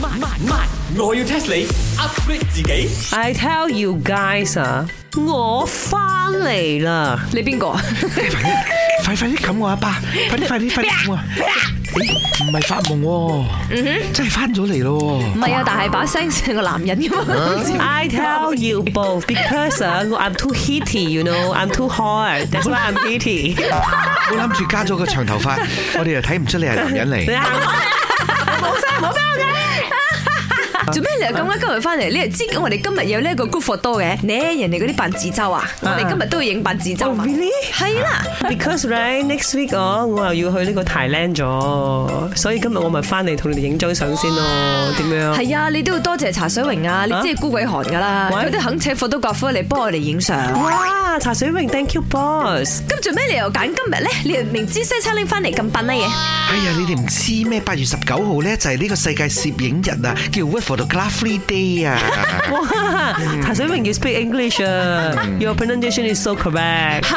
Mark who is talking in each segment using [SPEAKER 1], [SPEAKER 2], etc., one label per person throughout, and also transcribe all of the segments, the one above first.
[SPEAKER 1] 慢慢慢，我要 test 你 upgrade 自己。
[SPEAKER 2] I tell you guys 啊，我翻嚟啦！
[SPEAKER 3] 你邊個？
[SPEAKER 4] 快快啲冚我阿爸，快啲快啲快啲冚我！咦唔係發夢喎，真係翻咗嚟咯
[SPEAKER 3] 唔係啊，但係把聲似個男人咁啊！
[SPEAKER 2] I tell you both because 啊我 I'm too heaty, you know, I'm too hot. That's why I'm heaty.
[SPEAKER 4] 喎！我諗住加咗個長頭髮，我哋又睇唔出你係男人
[SPEAKER 2] 你
[SPEAKER 4] 嚟。
[SPEAKER 2] 行
[SPEAKER 3] 做咩你又咁啊啱今日翻嚟？你又知我哋今日有呢一個 group photo 嘅？你人哋嗰啲扮自周啊，我哋今日都要影扮自周啊
[SPEAKER 2] Oh, really？
[SPEAKER 3] 係啦，
[SPEAKER 2] because right next week 哦，我又要去呢個 Thailand 咗，所以今日我咪翻嚟同你哋影張相先咯，點樣？
[SPEAKER 3] 係啊，你都要多謝茶水榮啊！你知係孤鬼寒噶啦，
[SPEAKER 2] 喂
[SPEAKER 3] 佢都肯請 photographer 嚟幫我哋影相。
[SPEAKER 2] 哇！茶水榮，thank you boss。
[SPEAKER 3] 咁做咩你又揀今日咧？你又明知西餐拎翻嚟咁笨乜啊嘢？
[SPEAKER 4] 哎呀，你哋唔知咩？八月十九號咧就係呢個世界攝影日啊，叫 World Photography Day 啊！
[SPEAKER 2] 哇！茶水榮要 speak English 啊，your pronunciation is so correct。
[SPEAKER 3] 吓！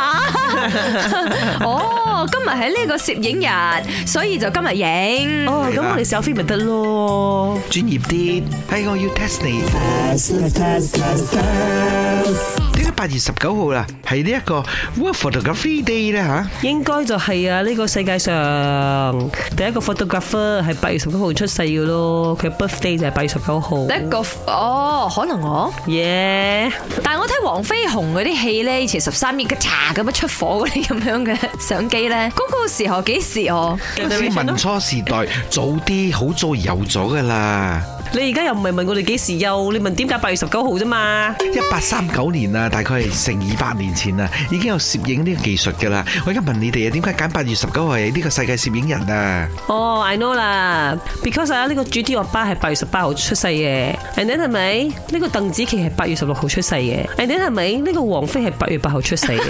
[SPEAKER 3] 哦，今日係呢個攝影日，所以就今日影。
[SPEAKER 2] 哦，咁我哋 selfie 咪得咯。
[SPEAKER 4] 專業啲，哎，我要 test 你。點解八月十九號啦？係呢一個 World Photography Day 咧嚇？
[SPEAKER 2] 應該就係啊！呢個世界上第一個 photographer 係八月十九號出世嘅咯，佢 birthday 就係八月十九號。
[SPEAKER 3] 第一個哦，可能我。
[SPEAKER 2] 耶！
[SPEAKER 3] 但係我睇黃飛鴻嗰啲戲咧，以前十三億嘅嚓咁樣出火嗰啲咁樣嘅相機咧， 嗰、個時候幾時哦？
[SPEAKER 4] 先民初時代早啲好早有咗噶啦，
[SPEAKER 2] 你而家又唔係問我哋幾時有，你問點解八月十九號啫嘛？
[SPEAKER 4] 一八三九年啊，大概係成二百年前啊，已經有攝影呢個技術噶啦。我而家問你哋啊，點解揀八月十九號係呢個世界攝影日啊？
[SPEAKER 2] 哦、i know 啦，because 啊呢個 G D 樂巴係八月十八號出世嘅，and then 係咪呢個鄧紫棋係八月十六號出世嘅，and then 係咪呢個王菲係八月八號出世嘅？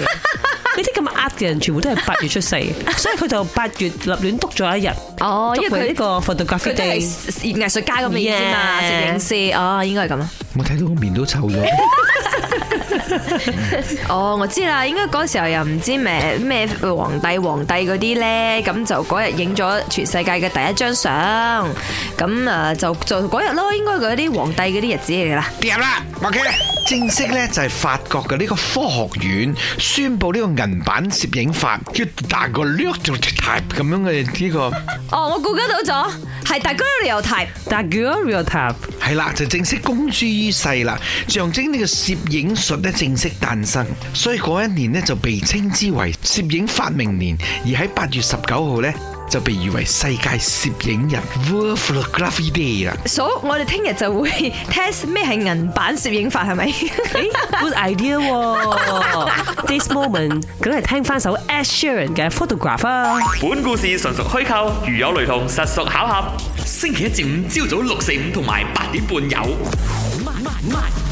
[SPEAKER 2] 呢啲咁呃嘅人全部都係八月出世嘅，所以佢就八月立亂篤咗一日。
[SPEAKER 3] 哦，因為
[SPEAKER 2] 佢呢
[SPEAKER 3] 佢
[SPEAKER 2] 個 photography
[SPEAKER 3] 佢都係
[SPEAKER 2] day
[SPEAKER 3] 藝術家咁嘅意思嘛，攝
[SPEAKER 2] Yeah
[SPEAKER 3] 影師哦，應該係咁啊。
[SPEAKER 4] 我睇到個面都臭 咗。
[SPEAKER 3] 哦，我知啦，應該嗰時候又唔知咩咩皇帝皇帝嗰啲咧，咁就嗰日影咗全世界嘅第一張相，咁啊就就嗰日咯，應該嗰啲皇帝嗰啲日子嚟㗎啦。
[SPEAKER 4] 掂啦，OK 正式咧就係法國嘅呢個科學院宣布呢個銀版攝影法，叫 daguerreotype 咁樣嘅呢個
[SPEAKER 3] 哦，我估得到咗，係大哥你又提，
[SPEAKER 2] 但 g u r r e o t y p
[SPEAKER 4] 係啦，就正式公諸於世啦，象徵呢個攝影術咧正式誕生，所以嗰一年呢就被稱之為攝影發明年，而喺八月十九號呢，就被譽為世界攝影日 （World Photography Day） 啦。
[SPEAKER 3] 所以我哋聽日就會 test 咩係銀版攝影法係 咪？
[SPEAKER 2] Good idea 喎！This moment，梗係聽翻首 Ed Sheeran 嘅 Photograph 啊！
[SPEAKER 1] 本故事純屬虛構，如有雷同，實屬巧合。星期一至五朝早六四五同埋八點半有。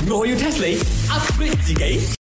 [SPEAKER 1] 我要 test 你 upgrade 自己。